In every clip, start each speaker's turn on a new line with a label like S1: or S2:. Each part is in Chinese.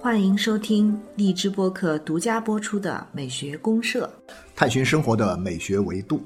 S1: 欢迎收听荔枝播客独家播出的《美学公社》，
S2: 探寻生活的美学维度。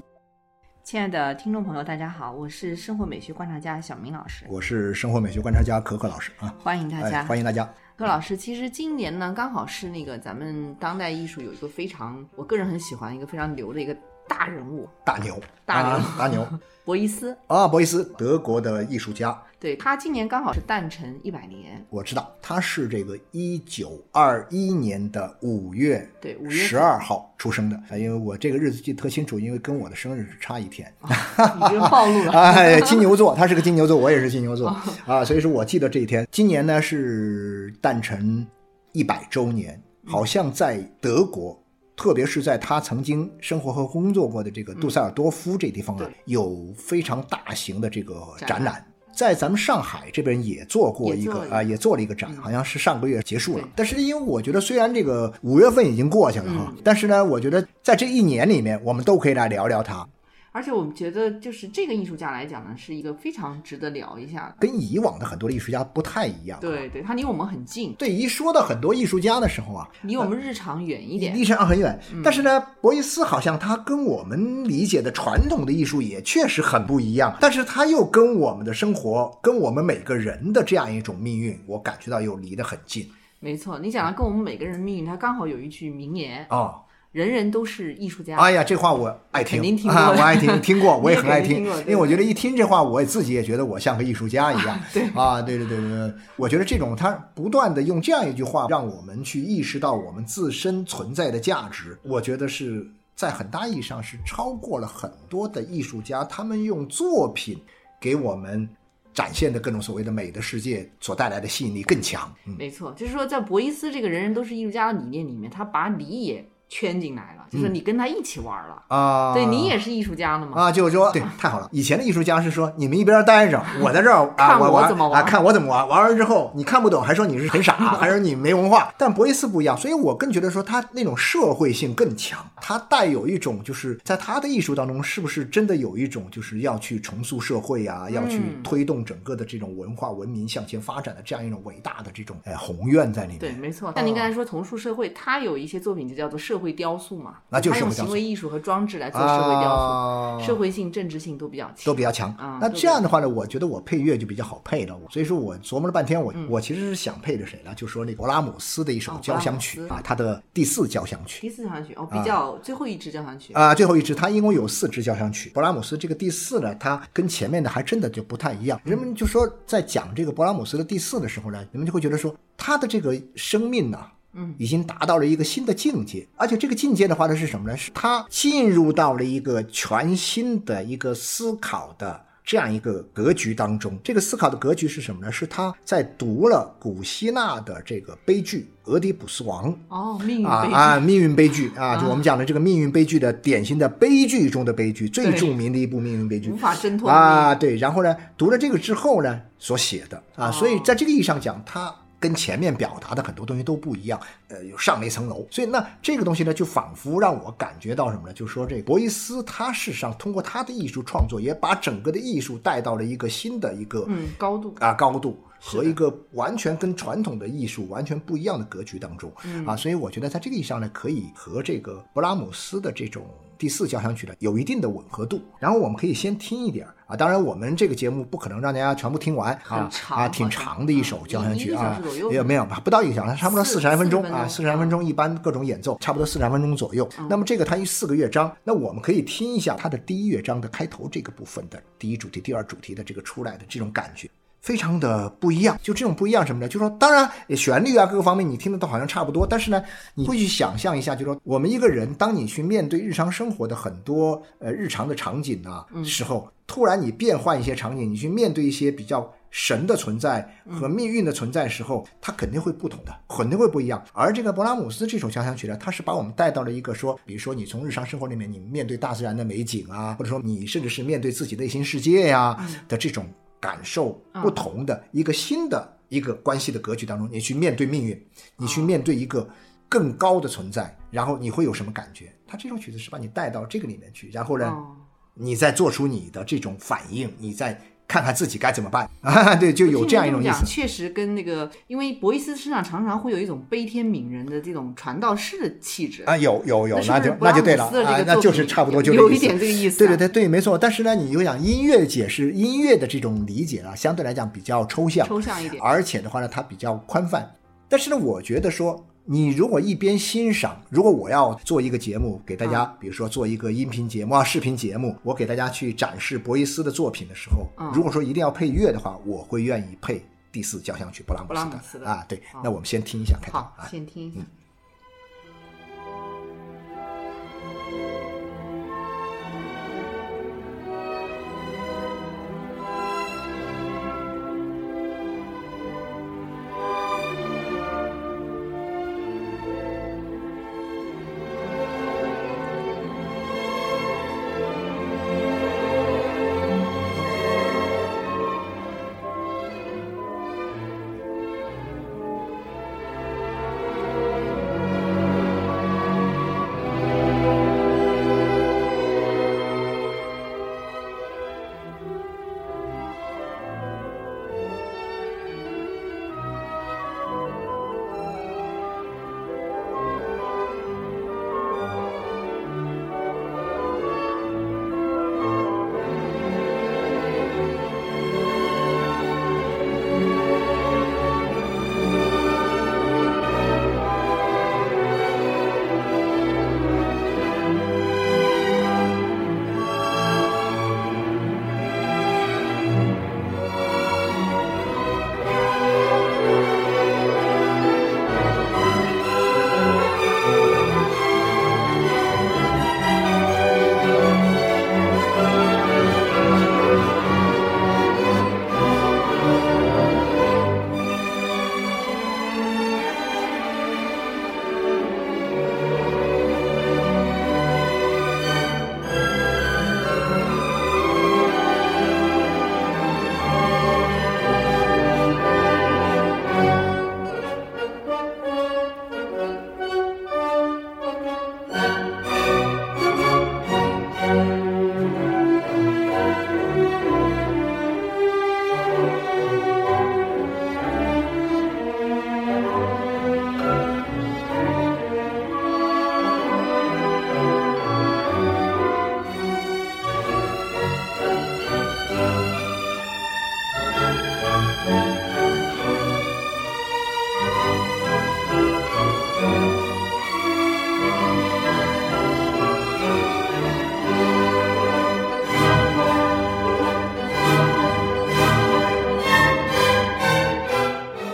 S1: 亲爱的听众朋友，大家好，我是生活美学观察家小明老师，
S2: 我是生活美学观察家可可老师啊，
S1: 哎欢迎大家，
S2: 哎、欢迎大家。
S1: 柯老师，其实今年呢，刚好是那个咱们当代艺术有一个非常，我个人很喜欢一个非常牛的一个大人物，
S2: 大牛，
S1: 大牛，
S2: 啊 大牛
S1: 博伊斯。
S2: 啊，博伊斯，德国的艺术家，
S1: 对他今年刚好是诞辰一百年，
S2: 我知道他是这个一九二一年的五月
S1: 对五月
S2: 十二号出生的，啊因为我这个日子记得特清楚，因为跟我的生日差一天。
S1: 已经暴露了。 哦
S2: 哎，金牛座，他是个金牛座，我也是金牛座啊，所以说我记得这一天。今年呢是诞辰一百周年，
S1: 嗯
S2: 好像在德国，特别是在他曾经生活和工作过的这个杜塞尔多夫这地方啊
S1: 嗯对，
S2: 有非常大型的这个
S1: 展
S2: 展览。在咱们上海这边也做过
S1: 也
S2: 一
S1: 做
S2: 个
S1: 了一嗯
S2: 啊，也做了一个展，好像是上个月结束了
S1: 对。
S2: 但是因为我觉得，虽然这个五月份已经过去了哈
S1: 嗯，
S2: 但是呢，我觉得在这一年里面，我们都可以来聊聊它。
S1: 而且我们觉得，就是这个艺术家来讲呢，是一个非常值得聊一下的。
S2: 跟以往的很多的艺术家不太一样。
S1: 对对，他离我们很近，
S2: 对，一说到很多艺术家的时候啊，
S1: 离我们日常远一点。嗯
S2: 离上很远。但是呢，博伊斯好像他跟我们理解的传统的艺术也确实很不一样，但是他又跟我们的生活，跟我们每个人的这样一种命运，我感觉到又离得很近
S1: 没错，你讲的跟我们每个人的命运，他刚好有一句名言：
S2: 哦。
S1: 人人都是艺术家。
S2: 哎呀，这话我爱听，
S1: 肯定听过
S2: 啊，我爱听，听过，我也很爱
S1: 你也肯定听过对
S2: 因为我觉得一听这话，我也自己也觉得我像个艺术家一 样。对啊，对对对对对，我觉得这种他不断的用这样一句话，让我们去意识到我们自身存在的价值，我觉得是在很大意义上是超过了很多的艺术家，他们用作品给我们展现的各种所谓的美的世界所带来的吸引力更强。嗯，
S1: 没错，就是说在博伊斯这个人人都是艺术家的理念里面，他把你也圈进来了，就是你跟他一起玩儿了，
S2: 嗯啊，
S1: 对你也是艺术家了嘛。
S2: 啊，就是说，对，太好了。以前的艺术家是说，你们一边 待着，我在这儿啊，
S1: 看我
S2: 玩
S1: 怎么玩
S2: 啊，看我怎么玩。玩完之后，你看不懂，还说你是 很傻，还说你没文化。但博伊斯不一样，所以我更觉得说他那种社会性更强，他带有一种就是在他的艺术当中，是不是真的有一种就是要去重塑社会呀、要去
S1: 嗯
S2: 推动整个的这种文化文明向前发展的这样一种伟大的这种呃宏愿在里面。
S1: 对，没错。像您刚才说重塑社会，他有一些作品就叫做社会雕塑嘛，
S2: 那就
S1: 他
S2: 是社
S1: 用
S2: 会雕
S1: 行
S2: 塑
S1: 为艺术和装置来做社会雕
S2: 啊
S1: 塑，，社会性、政治性都比较强。
S2: 都比较强
S1: 啊。
S2: 那
S1: 都比
S2: 这样的话呢，我觉得我配乐就比较好配了。我所以说我琢磨了半天，我、我其实是想配着谁呢？就说那个勃拉姆斯的一首
S1: 嗯哦
S2: 交响曲、
S1: 勃拉姆斯
S2: 啊，他的第四交响曲。
S1: 第四交响曲哦，比较最后一支交响曲，
S2: 啊、最后一支，它一共有四支交响曲。勃拉姆斯这个第四呢，它跟前面的还真的就不太一样。人们就说，在讲这个勃拉姆斯的第四的时候呢，人们就会觉得说，他的这个生命呢、
S1: 嗯，
S2: 已经达到了一个新的境界，而且这个境界的话呢是什么呢？是他进入到了一个全新的一个思考的这样一个格局当中。这个思考的格局是什么呢？是他在读了古希腊的这个悲剧《俄狄浦斯王》
S1: 哦，命运
S2: 啊
S1: 悲剧。
S2: 啊，命运悲剧啊，就
S1: 啊
S2: 我们讲的这个命运悲剧的典型的悲剧中的悲剧，最
S1: 对
S2: 著名的一部命运悲剧，
S1: 无法挣脱的
S2: 啊。对，然后呢，读了这个之后呢，所写的啊，
S1: 哦
S2: 所以在这个意义上讲，它跟前面表达的很多东西都不一样，呃，又上了一层楼。所以那这个东西呢，就仿佛让我感觉到什么呢？就说这博伊斯他事实上通过他的艺术创作，也把整个的艺术带到了一个新的一个
S1: 嗯，高度
S2: 啊高度
S1: 是
S2: 和
S1: 的
S2: 一个完全跟传统的艺术完全不一样的格局当中、
S1: 嗯
S2: 啊，所以我觉得在这个意义上呢，可以和这个勃拉姆斯的这种第四交响曲呢有一定的吻合度。然后我们可以先听一点儿啊，当然我们这个节目不可能让大家全部听完
S1: 很
S2: 啊
S1: 长
S2: 啊，挺
S1: 好像
S2: 长的一首交响
S1: 一一
S2: 曲
S1: 个小
S2: 啊
S1: 时左右，
S2: 也没有吧，不到一个小时，差不多
S1: 四
S2: 四十来分钟嗯
S1: 40分
S2: 啊，
S1: 钟
S2: 四十来分钟一般各种演奏差不多四十来分钟左右。那么这个它一四个乐章，那我们可以听一下它的第一乐章的开头这个部分的第一主题、第二主题的这个出来的这种感觉。非常的不一样。就这种不一样什么呢？就说当然旋律啊各个方面你听得到好像差不多，但是呢，你会去想象一下，就说我们一个人，当你去面对日常生活的很多呃日常的场景啊时候，突然你变换一些场景，你去面对一些比较。神的存在和命运的存在时候，它肯定会不同的，肯定会不一样。而这个勃拉姆斯这首交响曲呢，它是把我们带到了一个说，比如说你从日常生活里面，你面对大自然的美景啊，或者说你甚至是面对自己内心世界呀、的这种感受不同的一个新的一个关系的格局当中，你去面对命运，你去面对一个更高的存在，然后你会有什么感觉？它这首曲子是把你带到这个里面去，然后呢，
S1: 哦
S2: 你再做出你的这种反应，你再看看自己该怎么办啊。对，就有这样一种意
S1: 听你
S2: 思
S1: 么讲。确实跟那个，因为博伊斯身上常常会有一种悲天悯人的这种传道士的气质。
S2: 啊，有有有，
S1: 那
S2: 那
S1: 是
S2: 就
S1: 不是
S2: 那就
S1: 勃
S2: 对
S1: 拉
S2: 了
S1: 姆斯的
S2: 啊
S1: 这，个
S2: 那
S1: 作
S2: 就是
S1: 品
S2: 差不多就这
S1: 有
S2: 个意
S1: 一
S2: 思
S1: 点这个意思。啊
S2: 对对对，对，没错。但是呢，你又讲音乐解释音乐的这种理解啊，相对来讲比较抽象，
S1: 抽象一 点
S2: 而且的话呢，它比较宽泛。但是呢，我觉得说，你如果一边欣赏，如果我要做一个节目给大
S1: 嗯
S2: 家，比如说做一个音频节目啊、视频节目，我给大家去展示博伊斯的作品的时候，
S1: 嗯
S2: 如果说一定要配乐的话，我会愿意配第四交响曲勃拉姆
S1: 勃拉
S2: 斯
S1: 姆
S2: 的
S1: 斯的
S2: 啊。对，
S1: 好
S2: 那我们先听一下开头
S1: 好
S2: 啊，。
S1: 先听一下。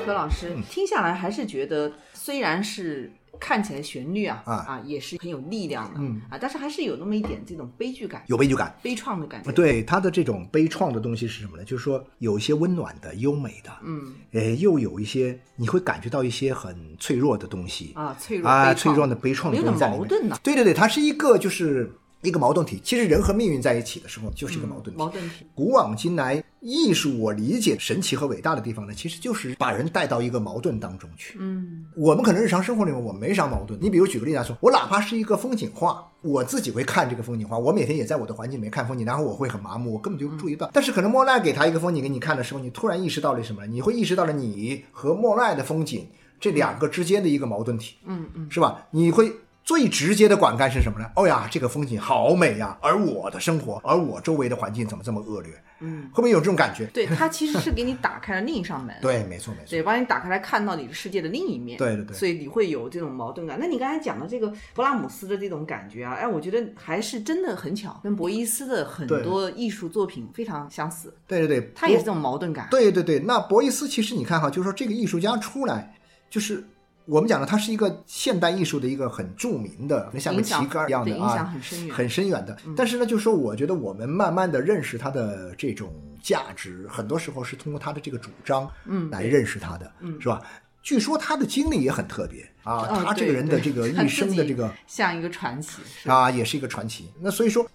S1: 柯老师
S2: 嗯
S1: 听下来还是觉得，虽然是看起来旋律啊
S2: 啊嗯
S1: 也是很有力量的、啊，但是还是有那么一点这种悲剧感、
S2: 有悲剧感，
S1: 悲怆的感觉。
S2: 对它的这种悲怆的东西是什么呢？就是说有一些温暖的、优美的，
S1: 嗯
S2: 呃，又有一些你会感觉到一些很脆弱的东西
S1: 啊，脆弱
S2: 啊，
S1: 悲怆
S2: 脆弱的悲怆的
S1: 有点
S2: 东西在里
S1: 矛
S2: 面。
S1: 盾呢、
S2: 对对对，它是一个就是一个矛盾体。其实人和命运在一起的时候，就是一个
S1: 嗯
S2: 矛盾体。
S1: 矛盾体。
S2: 古往今来，艺术我理解神奇和伟大的地方呢，其实就是把人带到一个矛盾当中去。
S1: 嗯，
S2: 我们可能日常生活里面我没啥矛盾。你比如举个例子来说，我哪怕是一个风景画，我自己会看这个风景画，我每天也在我的环境里面看风景，然后我会很麻木，我根本就注意
S1: 嗯
S2: 不到。但是可能莫奈给他一个风景给你看的时候，你突然意识到了什么？你会意识到了你和莫奈的风景这两个之间的一个矛盾体，
S1: 嗯嗯，
S2: 是吧？你会。最直接的管干是什么呢？哦呀，这个风景好美呀！而我的生活，而我周围的环境怎么这么恶劣？
S1: 嗯，
S2: 会不会有这种感觉？
S1: 对，它其实是给你打开了另一扇门。
S2: 对，没错，没错。
S1: 对，把你打开来看到你的世界的另一面。
S2: 对对对
S1: 所以你会有这种矛盾感。那你刚才讲的这个勃拉姆斯的这种感觉啊，哎，我觉得还是真的很巧，跟博伊斯的很
S2: 对
S1: 多艺术作品非常相似，
S2: 对对对，
S1: 它也是这种矛盾感。
S2: 对对对，那博伊斯其实你看哈，就是说这个艺术家出来，就是我们讲的，他是一个现代艺术的一个很著名的，像个
S1: 影
S2: 旗
S1: 响
S2: 杆一样
S1: 对
S2: 的
S1: 影响
S2: 啊，
S1: 很深远。嗯
S2: 很深远的。但是呢，就是说我觉得我们慢慢的认识他的这种价值，很多时候是通过他的这个主张，
S1: 嗯
S2: 来认识他的，是吧？据说他的经历也很特别啊，
S1: 哦
S2: 他这个
S1: 对
S2: 人的
S1: 对
S2: 这个
S1: 他
S2: 一
S1: 自
S2: 生的
S1: 己
S2: 这个
S1: 像一个传奇，是吧
S2: 啊，也是一个传奇。那所以说，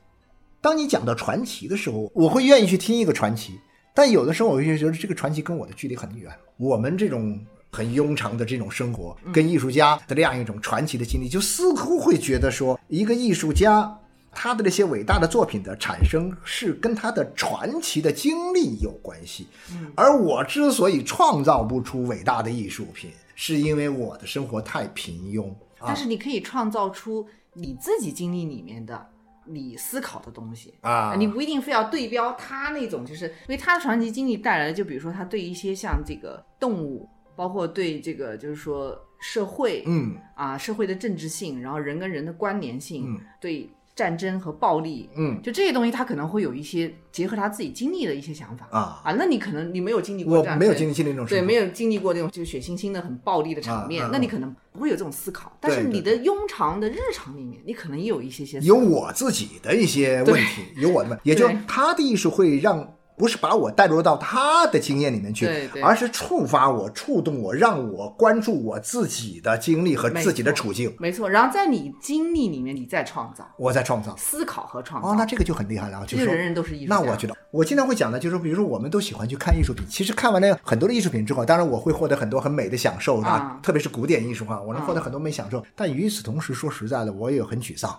S2: 当你讲到传奇的时候，我会愿意去听一个传奇，但有的时候我就觉得这个传奇跟我的距离很远。我们这种很庸常的这种生活，
S1: 嗯
S2: 跟艺术家的这样一种传奇的经历，就似乎会觉得说，一个艺术家。他的这些伟大的作品的产生是跟他的传奇的经历有关系，
S1: 嗯
S2: 而我之所以创造不出伟大的艺术品，是因为我的生活太平庸。
S1: 但是你可以创造出你自己经历里面的你思考的东西
S2: 啊
S1: 你不一定非要对标他那种，就是因为他的传奇经历带来的，就比如说他对一些像这个动物，包括对这个就是说社会，
S2: 嗯
S1: 啊社会的政治性，然后人跟人的关联性，
S2: 嗯
S1: 对战争和暴力，
S2: 嗯
S1: 就这些东西，他可能会有一些结合他自己经历的一些想法
S2: 啊，
S1: 啊。那你可能你没有经历过
S2: 我
S1: 这样，
S2: 没有
S1: 对
S2: 经历那种
S1: 对，
S2: 生活
S1: 没有经历过那种就是血腥腥的、很暴力的场面，
S2: 啊啊啊
S1: 那你可能不会有这种思考。但是
S2: 对对
S1: 你的庸常的日常里面，你可能也有一些些思
S2: 有
S1: 考
S2: 我自己的一些问题，有我的问，也就
S1: 对
S2: 他的艺术会让不是把我带入到他的经验里面去
S1: 对，对
S2: 而是触发我、触动我，让我关注我自己的经历和自己的处境，
S1: 没错。然后在你经历里面，你再创造
S2: 我在创造。
S1: 思考和创造，
S2: 哦，那这个就很厉害了啊！就
S1: 这就
S2: 是说
S1: 人人都是艺术家。
S2: 那我觉得，我经常会讲的就是，比如说我们都喜欢去看艺术品。其实看完了很多的艺术品之后，当然我会获得很多很美的享受啊
S1: 啊，
S2: 特别是古典艺术哈，我能获得
S1: 啊
S2: 很多美享受。但与此同时，说实在的，我也很沮丧。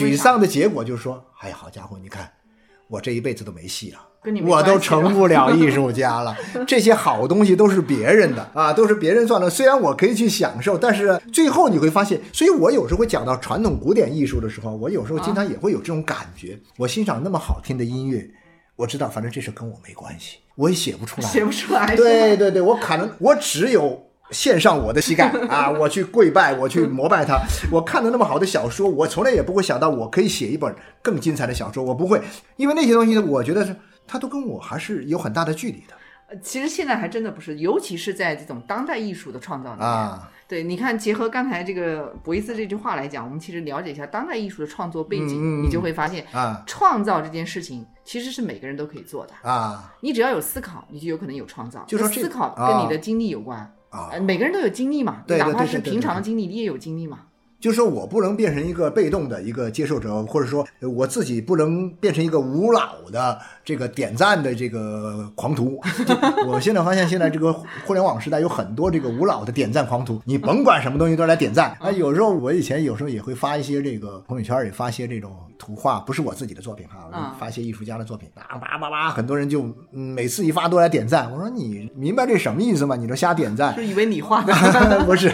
S1: 为
S2: 沮
S1: 啥
S2: 丧的结果就是说，哎，好家伙，你看我这一辈子都没戏了。
S1: 跟你没
S2: 我都
S1: 关系
S2: 成不了艺术家了，这些好东西都是别人的啊，都是别人赚的。虽然我可以去享受，但是最后你会发现，所以我有时候会讲到传统古典艺术的时候，我有时候经
S1: 啊
S2: 常也会有这种感觉。我欣赏那么好听的音乐，我知道反正这事跟我没关系，我也写 不出来。
S1: 写不出来。是
S2: 对
S1: 吧，
S2: 对对，我可能我只有献上我的膝盖啊，我去跪拜，我去膜拜他。我看了那么好的小说，我从来也不会想到我可以写一本更精彩的小说，我不会，因为那些东西呢，我觉得是它都跟我还是有很大的距离的
S1: 呃其实现在还真的不是，尤其是在这种当代艺术的创造里面。
S2: 啊。
S1: 对，你看，结合刚才这个博伊斯这句话来讲，我们其实了解一下当代艺术的创作背景，
S2: 嗯嗯嗯
S1: 你就会发现，
S2: 啊
S1: 创造这件事情其实是每个人都可以做的。
S2: 啊
S1: 你只要有思考，你就有可能有创造。
S2: 就说
S1: 那
S2: 这
S1: 思考跟你的经历有关，
S2: 啊！
S1: 呃，每个人都有经历嘛，
S2: 对对对
S1: 哪怕是
S2: 对对对
S1: 平常的经历，你也有经历嘛。
S2: 就是说我不能变成一个被动的一个接受者，或者说呃我自己不能变成一个无脑的这个点赞的这个狂徒。就我现在发现，现在这个互联网时代有很多这个无脑的点赞狂徒，你甭管什么东西都来点赞。啊，有时候我以前有时候也会发一些这个朋友圈，也发一些这种图画，不是我自己的作品哈，我
S1: 嗯
S2: 就发一些艺术家的作品，叭叭叭叭，很多人就嗯每次一发都来点赞。我说你明白这什么意思吗？你都瞎点赞
S1: 就。是以为你画的，
S2: 不是，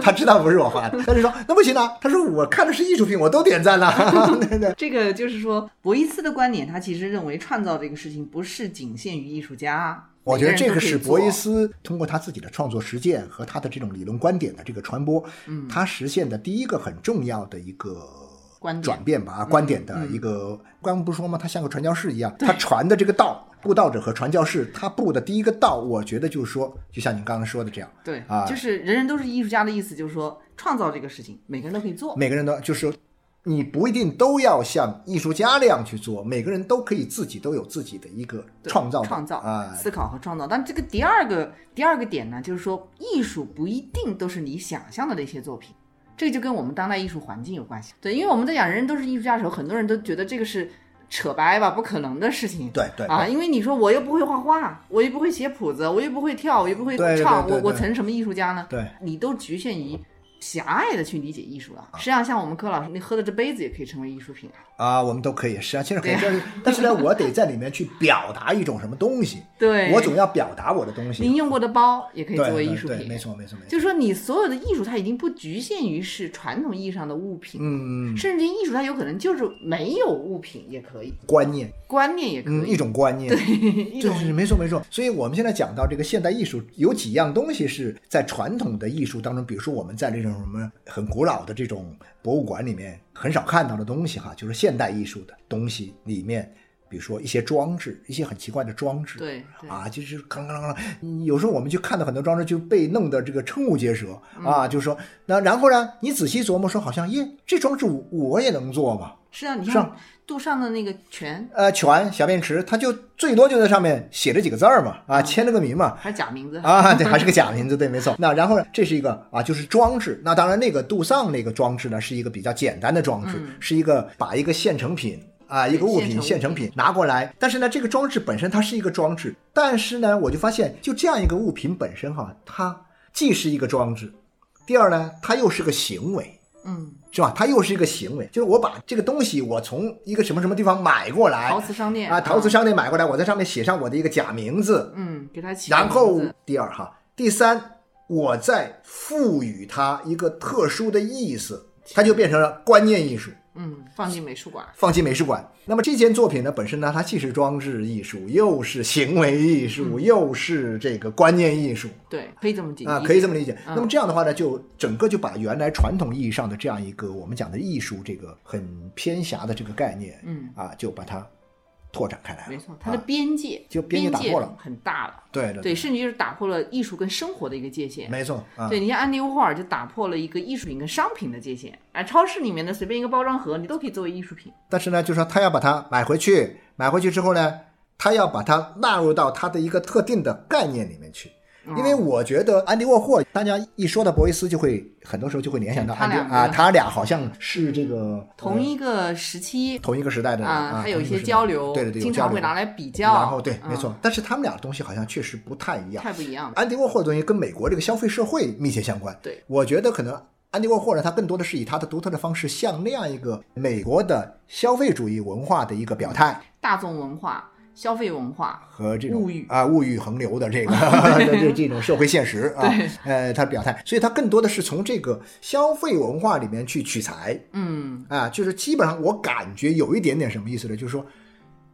S2: 他知道不是我画的，但是说那不行啊，他说我看的是艺术品，我都点赞了。对对
S1: 这个就是说，博伊斯的观点，他其实认为创造这个事情不是仅限于艺术家。
S2: 我觉得
S1: 每人
S2: 这
S1: 都
S2: 个
S1: 可以
S2: 是
S1: 做
S2: 博伊斯通过他自己的创作实践和他的这种理论观点的这个传播，嗯，他实现的第一个很重要的一个
S1: 观点嗯
S2: 转变吧，啊，观点的一个，刚刚不说吗？他像个传教士一样，他传的这个道，布道者和传教士，他布的第一个道，我觉得就是说，就像你刚刚说的这样，
S1: 对，
S2: 啊
S1: 就是人人都是艺术家的意思，就是说创造这个事情，每个人都可以做。
S2: 每个人都就是，你不一定都要像艺术家那样去做，每个人都可以自己都有自己的一个
S1: 对
S2: 创造的
S1: 创造、
S2: 啊，
S1: 思考和创造。但这个第二个第二个点呢，就是说艺术不一定都是你想象的那些作品，这个就跟我们当代艺术环境有关系。对，因为我们在讲人人都是艺术家的时候，很多人都觉得这个是扯白吧，不可能的事情。
S2: 对对
S1: 啊，因为你说我又不会画画，我又不会写谱子，我又不会跳，我又不会
S2: 对对
S1: 唱，
S2: 对对
S1: 我我
S2: 对
S1: 成什么艺术家呢？
S2: 对
S1: 你都局限于。狭隘的去理解艺术了，实际上像我们柯老师，你喝的这杯子也可以成为艺术品啊。
S2: 啊，我们都可以是啊，其实可以，但是 但是呢，我得在里面去表达一种什么东西，
S1: 对，
S2: 我总要表达我的东西，
S1: 您用过的包也可以
S2: 对
S1: 作为艺
S2: 对
S1: 术
S2: 对，
S1: 品，
S2: 没错没错没错，
S1: 就是说，你所有的艺术它已经不局限于是传统意义上的物品，
S2: 嗯，嗯
S1: 甚至艺术它有可能就是没有物品也可以，
S2: 观念，
S1: 观念也可
S2: 嗯，
S1: 以，
S2: 一种观念，
S1: 一
S2: 就
S1: 种
S2: 是没错没错。所以我们现在讲到这个现代艺术，有几样东西是在传统的艺术当中，比如说我们在这种什么很古老的这种博物馆里面很少看到的东西哈，就是现代艺术的东西里面，比如说一些装置，一些很奇怪的装置。
S1: 对对
S2: 啊，就是吭吭吭吭，嗯有时候我们去看到很多装置就被弄得这个瞠目结舌
S1: 嗯
S2: 啊，就是说那然后呢，你仔细琢磨说，好像耶，这装置我我也能做嘛，
S1: 是啊，你
S2: 是
S1: 看
S2: 啊
S1: 杜尚的那个泉
S2: 呃，泉小便池，它就最多就在上面写着几个字儿嘛，啊，
S1: 嗯
S2: 签了个名嘛，
S1: 还是假名 字，
S2: 啊，对，还是个假名字，对，没错。那然后呢，这是一个啊，就是装置。那当然，那个杜尚那个装置呢，是一个比较简单的装置，是一个把一个现成品。啊，一个物
S1: 现成
S2: 品
S1: 物
S2: 嗯现成品拿过来，但是呢，这个装置本身它是一个装置，但是呢，我就发现就这样一个物品本身哈，它既是一个装置，第二呢，它又是个行为，
S1: 嗯，
S2: 是吧？它又是一个行为，就是我把这个东西我从一个什么什么地方买过来
S1: 陶瓷商店
S2: 啊，陶瓷，商店买过来，我在上面写上我的一个假名字，
S1: 嗯，给它起个
S2: 然后
S1: 名字
S2: 第二哈，第三，我再赋予它一个特殊的意思，它就变成了观念艺术，
S1: 嗯，放进美术馆，
S2: 放进美术馆。那么这件作品呢，本身呢，它既是装置艺术，又是行为艺术，
S1: 嗯
S2: 又是这个观念艺术
S1: 对，可以这么定义
S2: 啊，可以这么理解。
S1: 嗯
S2: 那么这样的话呢，就整个就把原来传统意义上的这样一个我们讲的艺术这个很偏狭的这个概念，
S1: 嗯
S2: 啊，就把它拓展开来了。
S1: 没错，它的
S2: 啊、
S1: 边界
S2: 就边界打破了
S1: 很大了，
S2: 对对
S1: 对，甚至就是打破了艺术跟生活的一个界限。
S2: 没错啊，
S1: 对你像安迪沃霍尔就打破了一个艺术品跟商品的界限，哎，超市里面的随便一个包装盒，你都可以作为艺术品。
S2: 但是呢，就说他要把它买回去，买回去之后呢，他要把它纳入到他的一个特定的概念里面去。
S1: 哦
S2: 因为我觉得安迪沃霍，大家一说到博伊斯，就会很多时候就会联想到安迪
S1: 他俩
S2: 啊，他俩好像是这个
S1: 同
S2: 呃
S1: 一个时期
S2: 同一个时代的人
S1: 啊，还有
S2: 同
S1: 一
S2: 个时
S1: 些
S2: 代
S1: 交流，
S2: 对对对，有
S1: 经
S2: 交
S1: 常
S2: 流
S1: 会拿来比较，
S2: 然后对，
S1: 嗯
S2: 没，错，但是他们俩的东西好像确实不太一样。
S1: 太不一样了。
S2: 安迪沃霍的东西跟美国这个消费社会密切相关。
S1: 对，
S2: 我觉得可能安迪沃霍呢，他更多的是以他的独特的方式，向那样一个美国的消费主义文化的一个表态
S1: 大众文化、消费文化，
S2: 和这种
S1: 物欲
S2: 啊物欲横流 的这个 这这种社会现实啊，呃，他的表态，所以他更多的是从这个消费文化里面去取材
S1: 嗯，
S2: 啊，就是基本上我感觉有一点点什么意思呢，就是说。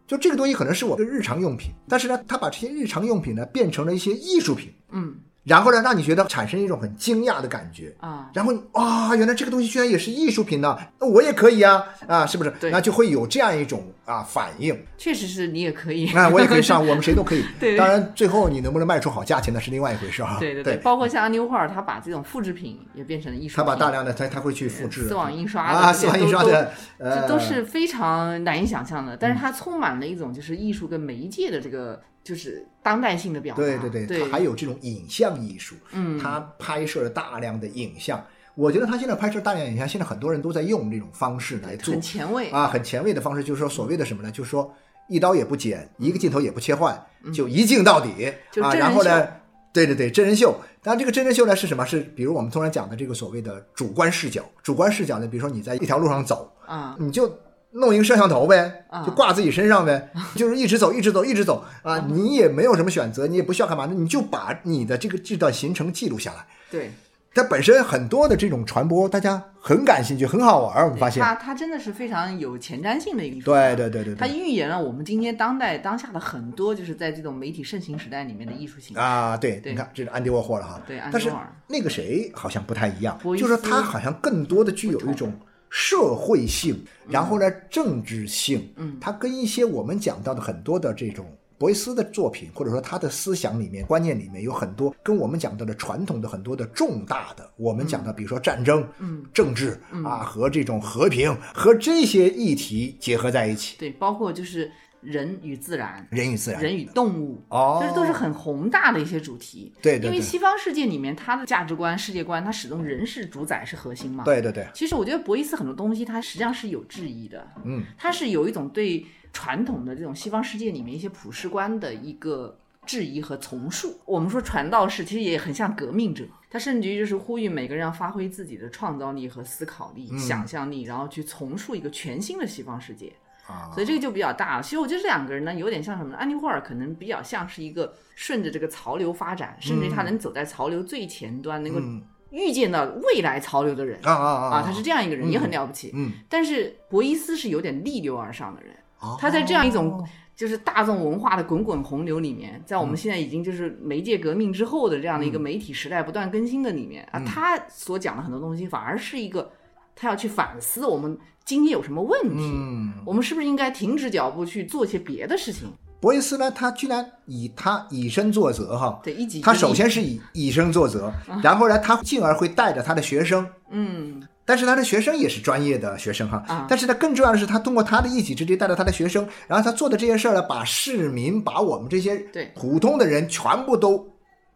S2: 就这个东西可能是我的日常用品，但是呢，他把这些日常用品呢变成了一些艺术品，
S1: 嗯
S2: 然后呢，让你觉得产生一种很惊讶的感觉。
S1: 啊，
S2: 然后你啊、原来这个东西居然也是艺术品呢、那我也可以啊，啊，是不是？
S1: 对
S2: 那就会有这样一种啊反应。
S1: 确实是你也可以。
S2: 啊，我也可 以上，我们谁都可以。
S1: 对
S2: 当然最后你能不能卖出好价钱那是另外一回事啊。
S1: 对对
S2: 对
S1: 对，，包括像安迪沃霍尔，他把这种复制品也变成了艺术
S2: 他
S1: 品，
S2: 把大量的他他会去复制
S1: 丝网印刷的
S2: 啊，
S1: 这
S2: 丝
S1: 些
S2: 网印
S1: 都
S2: 刷
S1: 都
S2: 的，
S1: 这
S2: 呃，嗯
S1: 都是非常难以想象的，但是它充满了一种就是艺术跟媒介的这个就是当代性的表达。
S2: 对对
S1: 对
S2: 对，他还有这种影像艺术，
S1: 嗯
S2: 他拍摄了大量的影像。我觉得他现在拍摄大量影像，现在很多人都在用这种方式来做
S1: 很前卫。
S2: 啊，很前卫的方式，就是说所谓的什么呢？就是说一刀也不剪，一个镜头也不切换，就一镜到底、
S1: 嗯就
S2: 啊。
S1: 真人
S2: 然后呢
S1: 秀，
S2: 对对对，真人秀。当然，这个真人秀呢是什么？是比如我们通常讲的这个所谓的主观视角。主观视角呢，比如说你在一条路上走，
S1: 啊，
S2: 你就弄一个摄像头呗
S1: 啊，
S2: 就挂自己身 上呗，就是一直走，一直走，一直走啊。你也没有什么选择，你也不需要干嘛，你就把你的这个这段行程记录下来。
S1: 对，
S2: 它本身很多的这种传播，大家很感兴趣，很好玩儿。我们发现，
S1: 它它真的是非常有前瞻性的一个艺术品
S2: 对对对对
S1: 它
S2: 对。
S1: 预言了我们今天当代当下的很多就是在这种媒体盛行时代里面的艺术形态。
S2: 啊，对，
S1: 对
S2: 你看，这是安迪沃霍了哈。
S1: 对安迪
S2: 但是
S1: 沃尔
S2: 那个谁好像不太一样，
S1: 博伊
S2: 就是
S1: 斯
S2: 他好像更多的具有一种社会性，然后呢
S1: 嗯
S2: 政治性。嗯，他跟一些我们讲到的很多的这种。博伊斯的作品，或者说他的思想里面、观念里面有很多跟我们讲到的传统的很多的重大的，我们讲的，比如说战争、嗯、政治啊和这种和平和这些议题结合在一起，
S1: 对，包括就是人与自然、
S2: 人与自然，
S1: 人与动物。
S2: 哦，
S1: 就是都是很宏大的一些主题，
S2: 对对
S1: 因为
S2: 对
S1: 西方世界里面，它的价值观、世界观，它始终人是主宰，是核心嘛。
S2: 对对对，
S1: 其实我觉得博伊斯很多东西，它实际上是有质疑的，
S2: 嗯，
S1: 它是有一种对传统的这种西方世界里面一些普世观的一个质疑和重塑。我们说传道士其实也很像革命者，他甚至于就是呼吁每个人要发挥自己的创造力和思考力、
S2: 嗯
S1: 想象力，然后去重塑一个全新的西方世界。
S2: 啊
S1: 所以这个就比较大了。其实我觉得这两个人呢，有点像什么呢？安妮霍尔可能比较像是一个顺着这个潮流发展，甚至
S2: 嗯
S1: 于他能走在潮流最前端，能够预见到未来潮流的人
S2: 啊啊啊
S1: 啊，他是这样一个人，也很了不起。
S2: 嗯，
S1: 但是博伊斯是有点逆流而上的人，
S2: 哦嗯
S1: 他在这样一种就是大众文化的滚滚洪流里面，在我们现在已经就是媒介革命之后的这样的一个媒体时代不断更新的里面
S2: 嗯
S1: 啊，他所讲的很多东西反而是一个他要去反思我们今天有什么问题，
S2: 嗯
S1: 我们是不是应该停止脚步去做些别的事情？
S2: 博伊斯呢，他居然以他以身作则哈，
S1: 对，一己
S2: 他
S1: 之力
S2: 首先是以以身作则，
S1: 啊
S2: 然后呢，他进而会带着他的学生，
S1: 嗯
S2: 但是他的学生也是专业的学生哈
S1: 啊，
S2: 但是呢，更重要的是他通过他的一己之力带着他的学生，然后他做的这些事儿呢，把市民把我们这些
S1: 对
S2: 普通的人全部都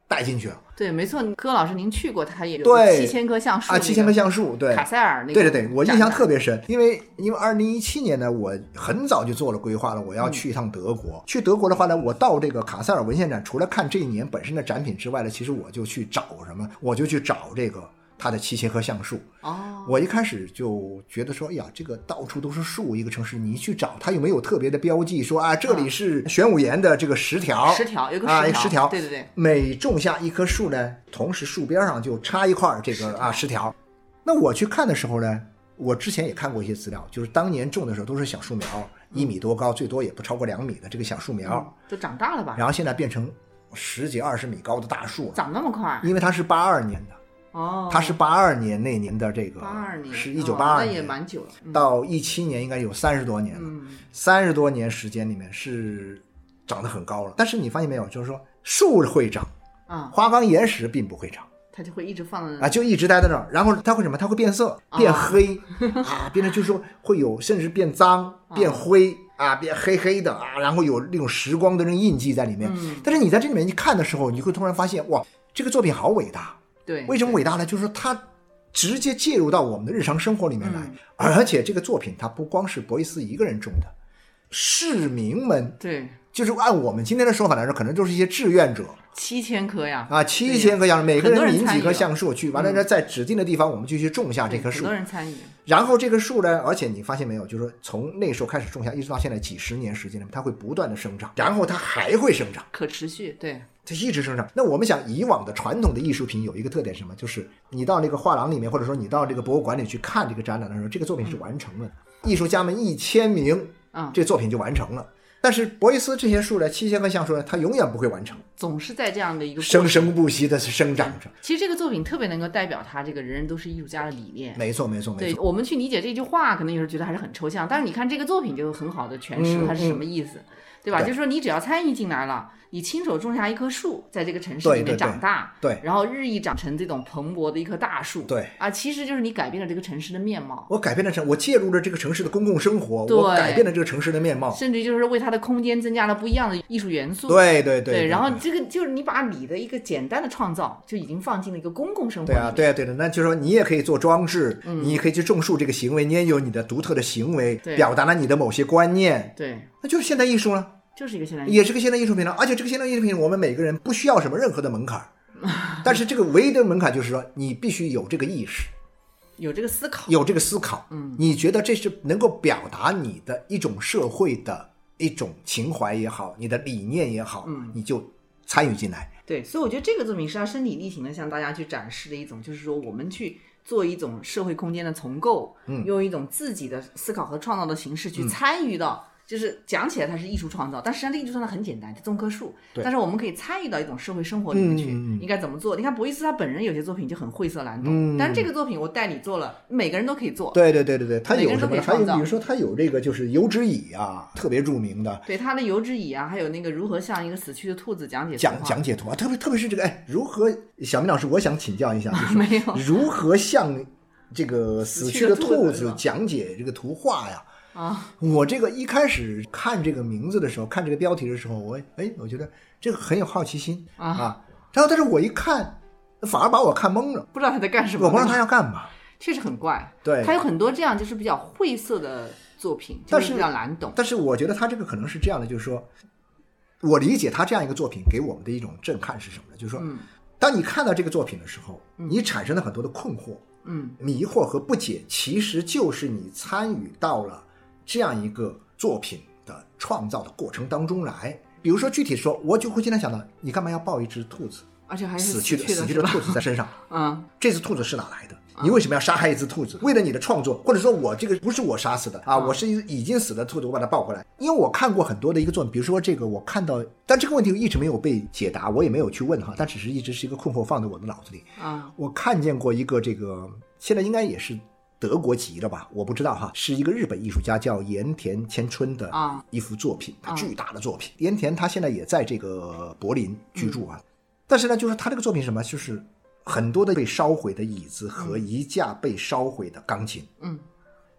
S2: 带进去了，
S1: 对，没错，柯老师您去过，他也有
S2: 对
S1: 七千棵橡树
S2: 啊，七千棵
S1: 那个
S2: 橡树，对，
S1: 卡塞尔那个
S2: 对对对，我印象
S1: 展览
S2: 特别深，因为因为二零一七年呢，我很早就做了规划了，我要
S1: 嗯
S2: 去一趟德国。去德国的话呢，我到这个卡塞尔文献展，除了看这一年本身的展品之外呢，其实我就去找什么，我就去找这个。它的七星和橡树。
S1: 哦，
S2: 我一开始就觉得说，哎呀，这个到处都是树，一个城市你去找它有没有特别的标记，说啊，
S1: 嗯
S2: 这里是玄武岩的这个十条，
S1: 十条有个
S2: 啊，
S1: 十
S2: 十条，
S1: 对对对，
S2: 每种下一棵树呢，同时树边上就插一块儿这个啊十条。那我去看的时候呢，我之前也看过一些资料，就是当年种的时候都是小树苗，
S1: 嗯
S2: 一米多高，最多也不超过两米的这个小树苗，
S1: 都长大了吧？
S2: 然后现在变成十几二十米高的大树了，
S1: 长那么快？
S2: 因为它是八二年的，
S1: 哦，
S2: 它嗯是八二年那年的这个，
S1: 八二年，
S2: 是一九
S1: 哦
S2: 八二
S1: 那也
S2: 年
S1: 蛮久了。嗯
S2: 到一七年应该有三十多年了，
S1: 嗯，
S2: 三十多年时间里面是长得很高了，但是你发现没有，就是说树会长，
S1: 啊，
S2: 花岗岩石并不会长。
S1: 它就会一直放在那
S2: 啊，就一直待在那儿，然后它会什么？它会变色、变
S1: 啊
S2: 黑啊，变成就是说会有，甚至变脏、变灰啊，变黑黑的啊，然后有那种时光的那种印记在里面。
S1: 嗯
S2: 但是你在这里面一看的时候，你会突然发现，哇，这个作品好伟大！
S1: 对，
S2: 为什么伟大呢？就是说它直接介入到我们的日常生活里面来，
S1: 嗯
S2: 而且这个作品它不光是博伊斯一个人种的，市民们
S1: 对
S2: 就是按我们今天的说法来说，可能就是一些志愿者。
S1: 七千棵呀？
S2: 啊，七千棵杨树，每个
S1: 很多
S2: 人
S1: 人
S2: 引
S1: 参
S2: 几
S1: 与
S2: 棵
S1: 了嗯
S2: 橡树去，完了呢，在指定的地方我们就去种下这
S1: 对
S2: 棵
S1: 很
S2: 树
S1: 多。人参与，
S2: 然后这棵树呢，而且你发现没有，就是说从那时候开始种下，一直到现在几十年时间里面，它会不断的生长，然后它还会生长，
S1: 可持续，对，
S2: 它一直生长。那我们想，以往的传统的艺术品有一个特点是什么？就是你到那个画廊里面，或者说你到这个博物馆里去看这个展览的时候，这个作品是完成了的，
S1: 嗯
S2: 艺术家们一签名，
S1: 啊，
S2: 这作品就完成了。但是博伊斯这些树呢，七千棵橡树呢，它永远不会完成，
S1: 总是在这样的一个过
S2: 生生不息的生长着。
S1: 其实这个作品特别能够代表他这个人人都是艺术家的理念。
S2: 没错，没错，没错
S1: 对。我们去理解这句话，可能有时候觉得还是很抽象，但是你看这个作品就很好的诠释
S2: 嗯
S1: 了它是什么意思，对吧？
S2: 对
S1: 就是说你只要参与进来了，你亲手种下一棵树，在这个城市
S2: 对
S1: 里
S2: 对对
S1: 面长大，
S2: 对
S1: 然后日益长成这种蓬勃的一棵大树，
S2: 对
S1: 啊，其实就是你改变了这个城市的面貌，
S2: 我改变了城，我介入了这个城市的公共生活，
S1: 对
S2: 我改变了这个城市的面貌。
S1: 甚至就是为它的空间增加了不一样的艺术元素，
S2: 哦对对对
S1: 然后这个就是你把你的一个简单的创造就已经放进了一个公共生活
S2: 对
S1: 里
S2: 啊，
S1: 面，
S2: 对啊，对的。那就是说，你也可以做装置，你也可以去种树这个行为，你也有你的独特的行为，
S1: 嗯对
S2: 表达了你的某些观念，
S1: 对，
S2: 那就是现代艺术了，
S1: 就是一个现代
S2: 也是个现代艺术品了。而且这个现代艺术品，我们每个人不需要什么任何的门 槛儿，但是这个唯一的门槛就是说，你必须有这个意识，
S1: 有这个思考，
S2: 有这个思考，嗯，你觉得这是能够表达你的一种社会的一种情怀也好，你的理念也好，嗯，你就参与进来。
S1: 对，所以我觉得这个作品是他身体力行的向大家去展示的一种，就是说我们去做一种社会空间的重构，嗯，用一种自己的思考和创造的形式
S2: 嗯
S1: 去参与到。就是讲起来它是艺术创造，但实际上这个艺术创造很简单，就种棵树。
S2: 对
S1: 但是我们可以参与到一种社会生活里面去，
S2: 嗯嗯嗯
S1: 应该怎么做？你看博伊斯他本人有些作品就很晦涩难懂，
S2: 嗯
S1: 但是这个作品我带你做了，每个人都可以做。
S2: 对对对对对，它
S1: 每个
S2: 有
S1: 人
S2: 什
S1: 都
S2: 么
S1: 可
S2: 呢？
S1: 以
S2: 它有，
S1: 创
S2: 比
S1: 造
S2: 如说它有这个就是油纸椅啊，特别著名的
S1: 对他的油脂椅啊，还有那个如何向一个死去的兔子讲解
S2: 讲
S1: 童话
S2: 讲解图啊，特别特别是这个哎，如何小明老师，我想请教一下，就
S1: 没
S2: 是
S1: 有
S2: 如何向这个死
S1: 死
S2: 去
S1: 去
S2: 的
S1: 的兔
S2: 兔
S1: 子是
S2: 子
S1: 吧
S2: 讲解这个图画呀？
S1: 啊，
S2: 我这个一开始看这个名字的时候，看这个标题的时候，我哎，我觉得这个很有好奇心
S1: 啊
S2: 啊，然后但是我一看，反而把我看懵了，
S1: 不知道他在干什么。
S2: 我不知道
S1: 对吧
S2: 他要干嘛。
S1: 确实很怪。
S2: 对
S1: 他有很多这样就是比较晦涩的作品，
S2: 哎但
S1: 就是比较难懂。
S2: 但是我觉得他这个可能是这样的，就是说，我理解他这样一个作品给我们的一种震撼是什么呢？就是说，
S1: 嗯
S2: 当你看到这个作品的时候，你产生了很多的困惑、
S1: 嗯，
S2: 迷惑和不解，其实就是你参与到了这样一个作品的创造的过程当中来。比如说，具体说，我就会经常想到，你干嘛要抱一只兔子？
S1: 而且还是
S2: 死去的死去
S1: 是
S2: 的
S1: 吧？
S2: 兔子在身上，
S1: 嗯，
S2: 这只兔子是哪来的？你为什么要杀害一只兔子？为了你的创作，或者说我这个不是我杀死的啊，我是一只已经死的兔子，我把它抱过来。因为我看过很多的一个作品，比如说这个，我看到，但这个问题一直没有被解答，我也没有去问哈，它只是一直是一个困惑放在我的脑子里。
S1: 啊
S2: 我看见过一个这个，现在应该也是德国籍的吧，我不知道哈，是一个日本艺术家叫盐田千春的
S1: 啊
S2: 一幅作品，他巨大的作品。盐田他现在也在这个柏林居住
S1: 嗯
S2: 啊，但是呢，就是他这个作品是什么，就是很多的被烧毁的椅子和一架被烧毁的钢琴，
S1: 嗯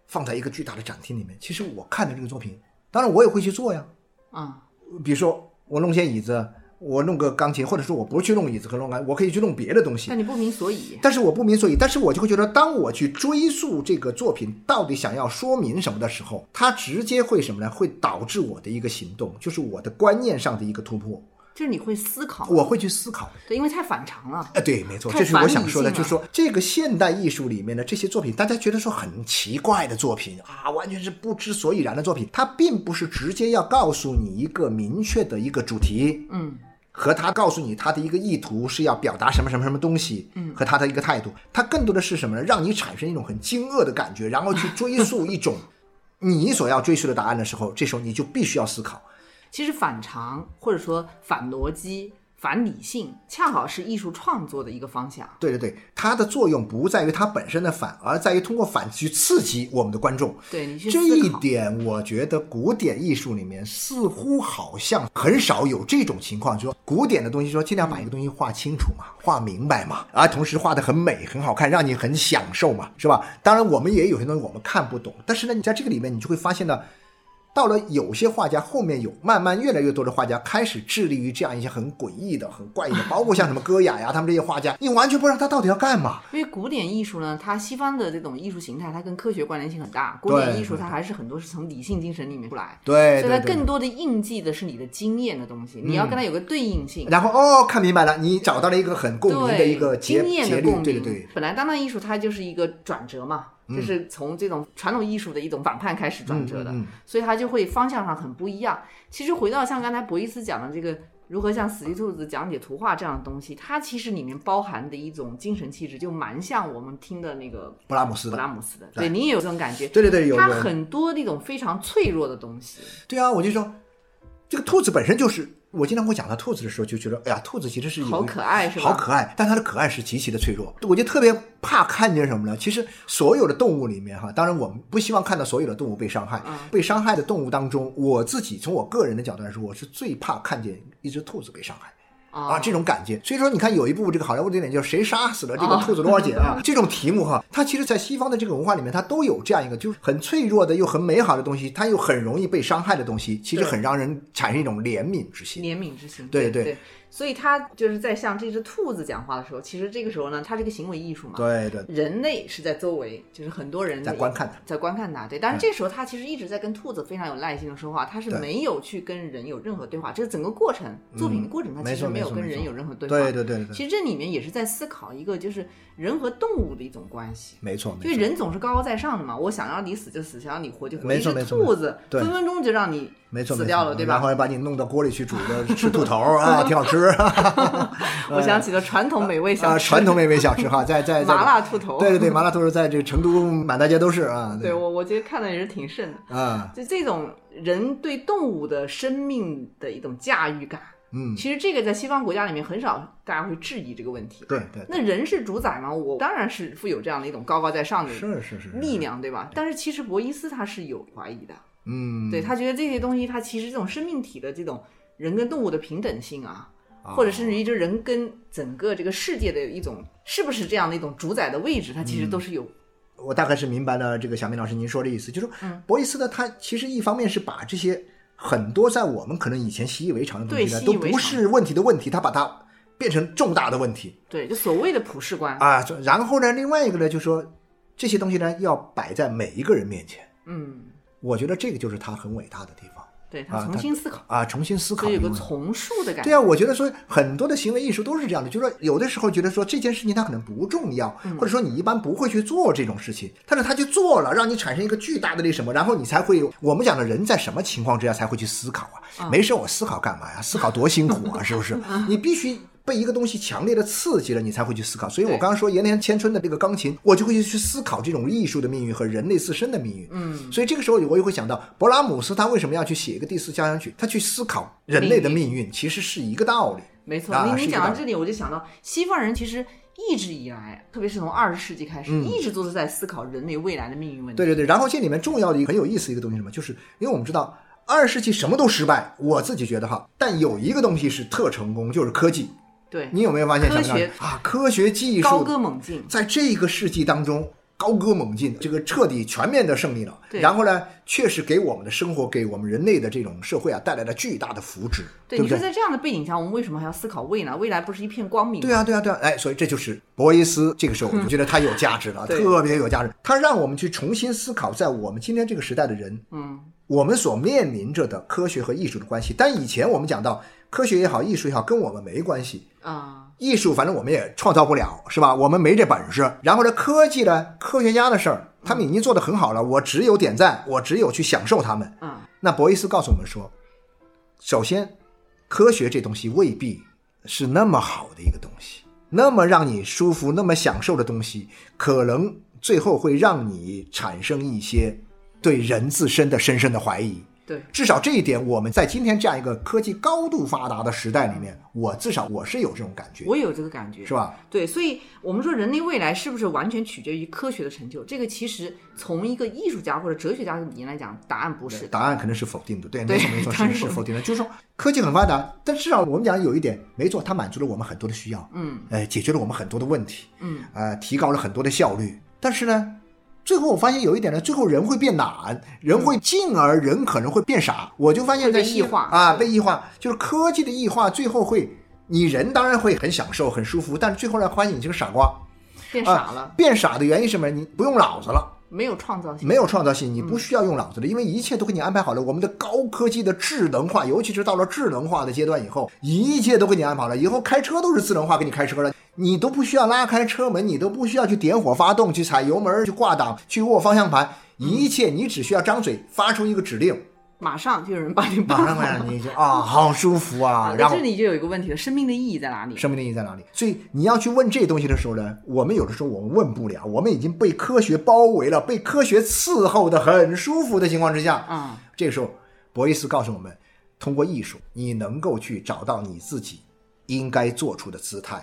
S2: 放在一个巨大的展厅里面。其实我看的这个作品，当然我也会去做呀，
S1: 啊
S2: 比如说我弄些椅子。我弄个钢琴，或者说我不是去弄椅子和弄钢，我可以去弄别的东西。
S1: 但你不明所以。
S2: 但是我不明所以，但是我就会觉得，当我去追溯这个作品到底想要说明什么的时候，它直接会什么呢？会导致我的一个行动，就是我的观念上的一个突破。
S1: 就是你会思考，
S2: 我会去思考。
S1: 对，因为太反常了。
S2: 呃，对，没错，
S1: 太
S2: 这是我想说的，
S1: 反理性了
S2: 就是说这个现代艺术里面的这些作品，大家觉得说很奇怪的作品啊，完全是不知所以然的作品，它并不是直接要告诉你一个明确的一个主题，
S1: 嗯，
S2: 和他告诉你他的一个意图是要表达什么什么什么东西，嗯，和他的一个态度，它更多的是什么呢？让你产生一种很惊愕的感觉，然后去追溯一种你所要追溯的答案的时候，这时候你就必须要思考。
S1: 其实反常或者说反逻辑、反理性，恰好是艺术创作的一个方向。
S2: 对对对，它的作用不在于它本身的反，而在于通过反去刺激我们的观众。
S1: 对你去
S2: 这一
S1: 思考，
S2: 点，我觉得古典艺术里面似乎好像很少有这种情况，就说古典的东西说尽量把一个东西画清楚嘛，画明白嘛，啊，同时画的很美、很好看，让你很享受嘛，是吧？当然，我们也有些东西我们看不懂，但是呢，你在这个里面，你就会发现呢。到了有些画家后面有慢慢越来越多的画家开始致力于这样一些很诡异的、很怪异的，包括像什么戈雅呀，他们这些画家，你完全不知道他到底要干嘛。
S1: 因为古典艺术呢，它西方的这种艺术形态，它跟科学关联性很大。古典
S2: 对
S1: 艺术它还是很多是从理性精神里面出来，
S2: 对，
S1: 所以它
S2: 哎对对。嗯
S1: 更多的印记的是你的经验的东西，你要跟它有个对应性。
S2: 然后哦，看明白了，你找到了一个很共鸣的
S1: 对
S2: 一个节
S1: 经验
S2: 节
S1: 的
S2: 律
S1: 共，鸣。
S2: 对对对，嗯
S1: 本来当代艺术它就是一个转折嘛，就是从这种传统艺术的一种反叛开始转折的，
S2: 嗯嗯嗯
S1: 所以它就会方向上很不一样。其实回到像刚才博伊斯讲的这个。如何向死地兔子讲解图画这样的东西？它其实里面包含的一种精神气质，就蛮像我们听的那个
S2: 布拉姆斯
S1: 布
S2: 的，
S1: 拉姆斯的。对，你也有这种感觉。
S2: 对对对，有
S1: 它
S2: 有，
S1: 很多那种非常脆弱的东西。
S2: 对啊，我就说这个兔子本身就是，我经常会讲到兔子的时候，就觉得哎呀，兔子其实是有
S1: 好可爱是吧
S2: 好可爱，但它的可爱是极其的脆弱，我就特别怕看见什么呢？其实所有的动物里面哈，当然我们不希望看到所有的动物被伤害，
S1: 嗯
S2: 被伤害的动物当中，我自己从我个人的角度来说，我是最怕看见一只兔子被伤害。啊，这种感觉。所以说，你看有一部这个好莱坞的电影叫《谁杀死了这个
S1: 哦
S2: 兔子罗尔姐》啊，
S1: 嗯
S2: 这种题目哈，它其实在西方的这个文化里面，它都有这样一个，就是很脆弱的又很美好的东西，它又很容易被伤害的东西，其实
S1: 对
S2: 很让人产生一种怜悯之心。
S1: 怜悯之心。
S2: 对
S1: 对
S2: 对
S1: 所以他就是在向这只兔子讲话的时候，其实这个时候呢，他这个行为艺术嘛，
S2: 对对，
S1: 人类是在周围，就是很多人
S2: 在观看它。
S1: 在观看它。对，但是这时候他其实一直在跟兔子非常有耐心的说话，他是
S2: 对
S1: 没有去跟人有任何对话。这整个过程，作品的过程，他其
S2: 没
S1: 实
S2: 错
S1: 没有
S2: 嗯没错
S1: 跟
S2: 没
S1: 人
S2: 错
S1: 有任何对话。
S2: 对对对对，
S1: 其实这里面也是在思考一个，就是人和动物的一种关系。
S2: 没错
S1: 因为
S2: 没错
S1: 人总是高高在上的嘛，我想让你死就死，想让你活就活。
S2: 没
S1: 一
S2: 错
S1: 只
S2: 没错
S1: 兔子
S2: 对
S1: 分分钟就让你
S2: 没错，
S1: 死
S2: 没
S1: 掉
S2: 错
S1: 了，对
S2: 然
S1: 吧？
S2: 后还把你弄到锅里去煮 着吃兔头啊，挺好吃啊，
S1: 我想起了传统美味小
S2: 啊
S1: 吃，
S2: 传统美味小吃哈，在在
S1: 麻
S2: 在，
S1: 辣兔头。
S2: 呃啊对对对，麻辣兔是在这个成都满大街都是啊，
S1: 对我我觉得看的也是挺瘆的。
S2: 啊，
S1: 就这种人对动物的生命的一种驾驭感，
S2: 嗯，
S1: 其实这个在西方国家里面很少大家会质疑这个问题。
S2: 对对，
S1: 那人是主宰嘛，我当然是负有这样的一种高高在上的
S2: 是是是，
S1: 力量，对吧？但是其实博伊斯他是有怀疑的，
S2: 嗯，
S1: 对他觉得这些东西，他其实这种生命体的这种人跟动物的平等性啊，或者甚至于就是人跟整个这个世界的一种是不是这样的一种主宰的位置，它其实
S2: 嗯
S1: 都是有
S2: 我大概是明白了这个小明老师您说的意思，就是
S1: 嗯
S2: 说博伊斯呢，他其实一方面是把这些很多在我们可能以前习以为常的东西呢，
S1: 对
S2: 都
S1: 习以为常
S2: 不是问题的问题，他把它变成重大的问题
S1: 对，就所谓的普世观，
S2: 啊。然后呢，另外一个呢，就是说这些东西呢要摆在每一个人面前，
S1: 嗯，
S2: 我觉得这个就是他很伟大的地方
S1: 对他
S2: 啊
S1: 重
S2: 他
S1: 新思考，
S2: 啊，重新思考
S1: 所以
S2: 一
S1: 有
S2: 个
S1: 个
S2: 问题。
S1: 重塑的感觉。
S2: 对啊，我觉得说很多的行为艺术都是这样的，就是说有的时候觉得说这件事情它可能不重要，或者说你一般不会去做这种事情，但是他去做了，让你产生一个巨大的那什么，然后你才会有我们讲的人在什么情况之下才会去思考啊？没事，我思考干嘛呀？思考多辛苦啊，是不是？你必须。被一个东西强烈的刺激了，你才会去思考。所以我
S1: 对
S2: 刚刚说岩田千春的这个钢琴，我就会去思考这种艺术的命运和人类自身的命运。嗯，所以这个时候我也会想到，勃拉姆斯他为什么要去写一个第四交响曲？他去思考人类的
S1: 命运
S2: 命运其实是一个道理。
S1: 没错，
S2: 啊
S1: 你
S2: 是
S1: 你
S2: 一个
S1: 讲
S2: 道
S1: 到
S2: 理
S1: 这里，我就想到西方人其实一直以来，特别是从二十世纪开始，一直都是在思考人类未来的命运问题。
S2: 嗯对对对，然后这里面重要的一个很有意思的一个东西是什么？就是因为我们知道二十世纪什么都失败，我自己觉得哈，但有一个东西是特成功，就是科技。
S1: 对，
S2: 你有没有发现
S1: 科
S2: 小明老师
S1: 学
S2: 啊？科学技
S1: 高
S2: 术
S1: 歌猛进，
S2: 在这个世纪当中高歌猛进，这个彻底全面的胜利了。
S1: 对
S2: 然后呢，确实给我们的生活，给我们人类的这种社会啊，带来了巨大的福祉，
S1: 对，
S2: 不
S1: 你说
S2: 对？
S1: 在这样的背景下，我们为什么还要思考未来？未来不是一片光明吗？
S2: 对啊，对啊，对啊，哎，所以这就是博伊斯，这个时候我就觉得他有价值了，
S1: 对
S2: 特别有价值。他让我们去重新思考，在我们今天这个时代的人，
S1: 嗯，
S2: 我们所面临着的科学和艺术的关系。但以前我们讲到科学也好，艺术也好，跟我们没关系。
S1: 啊，
S2: 艺术反正我们也创造不了，是吧？我们没这本事。然后呢，科技呢，科学家的事儿，他们已经做得很好了，我只有点赞，我只有去享受他们。
S1: 嗯
S2: 那博伊斯告诉我们说，首先，科学这东西未必是那么好的一个东西，那么让你舒服、那么享受的东西，可能最后会让你产生一些对人自身的深深的怀疑。
S1: 对，
S2: 至少这一点，我们在今天这样一个科技高度发达的时代里面，我至少我是有这种感觉，
S1: 我有这个感觉，
S2: 是？吧？
S1: 对，所以我们说人类未来是不是完全取决于科学的成就？这个其实从一个艺术家或者哲学家的理念来讲，答案不是的。
S2: 答案肯定是否定的，对，
S1: 对
S2: 没错没错，
S1: 当然
S2: 是是
S1: 是
S2: 否定的。就是说，科技很发达，但至少我们讲有一点没错，它满足了我们很多的需要，
S1: 嗯
S2: 呃，解决了我们很多的问题，
S1: 嗯，
S2: 呃，提高了很多的效率。但是呢，最后我发现有一点呢，最后人会变懒，人会进而人可能会变傻。我就发现在
S1: 会被
S2: 西
S1: 异化
S2: 啊，
S1: 是
S2: 被异化，就是科技的异化，最后会你人当然会很享受、很舒服，但是最后呢，发现你是个傻瓜，
S1: 变
S2: 啊
S1: 傻了，
S2: 变傻的原因是什么？你不用脑子了。
S1: 没有创造性。
S2: 没有创造性，你不需要用脑子的，因为一切都给你安排好了。我们的高科技的智能化，尤其是到了智能化的阶段以后，一切都给你安排好了。以后开车都是智能化给你开车了，你都不需要拉开车门，你都不需要去点火发动、去踩油门、去挂档、去握方向盘，一切你只需要张嘴发出一个指令，
S1: 马上就有人把你
S2: 马上
S1: 帮
S2: 马上你就啊，好舒服啊，然后
S1: 这里就有一个问题了，生命的意义在哪里？
S2: 生命的意义在哪里？所以你要去问这东西的时候呢，我们有的时候我们问不了，我们已经被科学包围了，被科学伺候的很舒服的情况之下，
S1: 啊、
S2: 这个时候博伊斯告诉我们，通过艺术，你能够去找到你自己应该做出的姿态，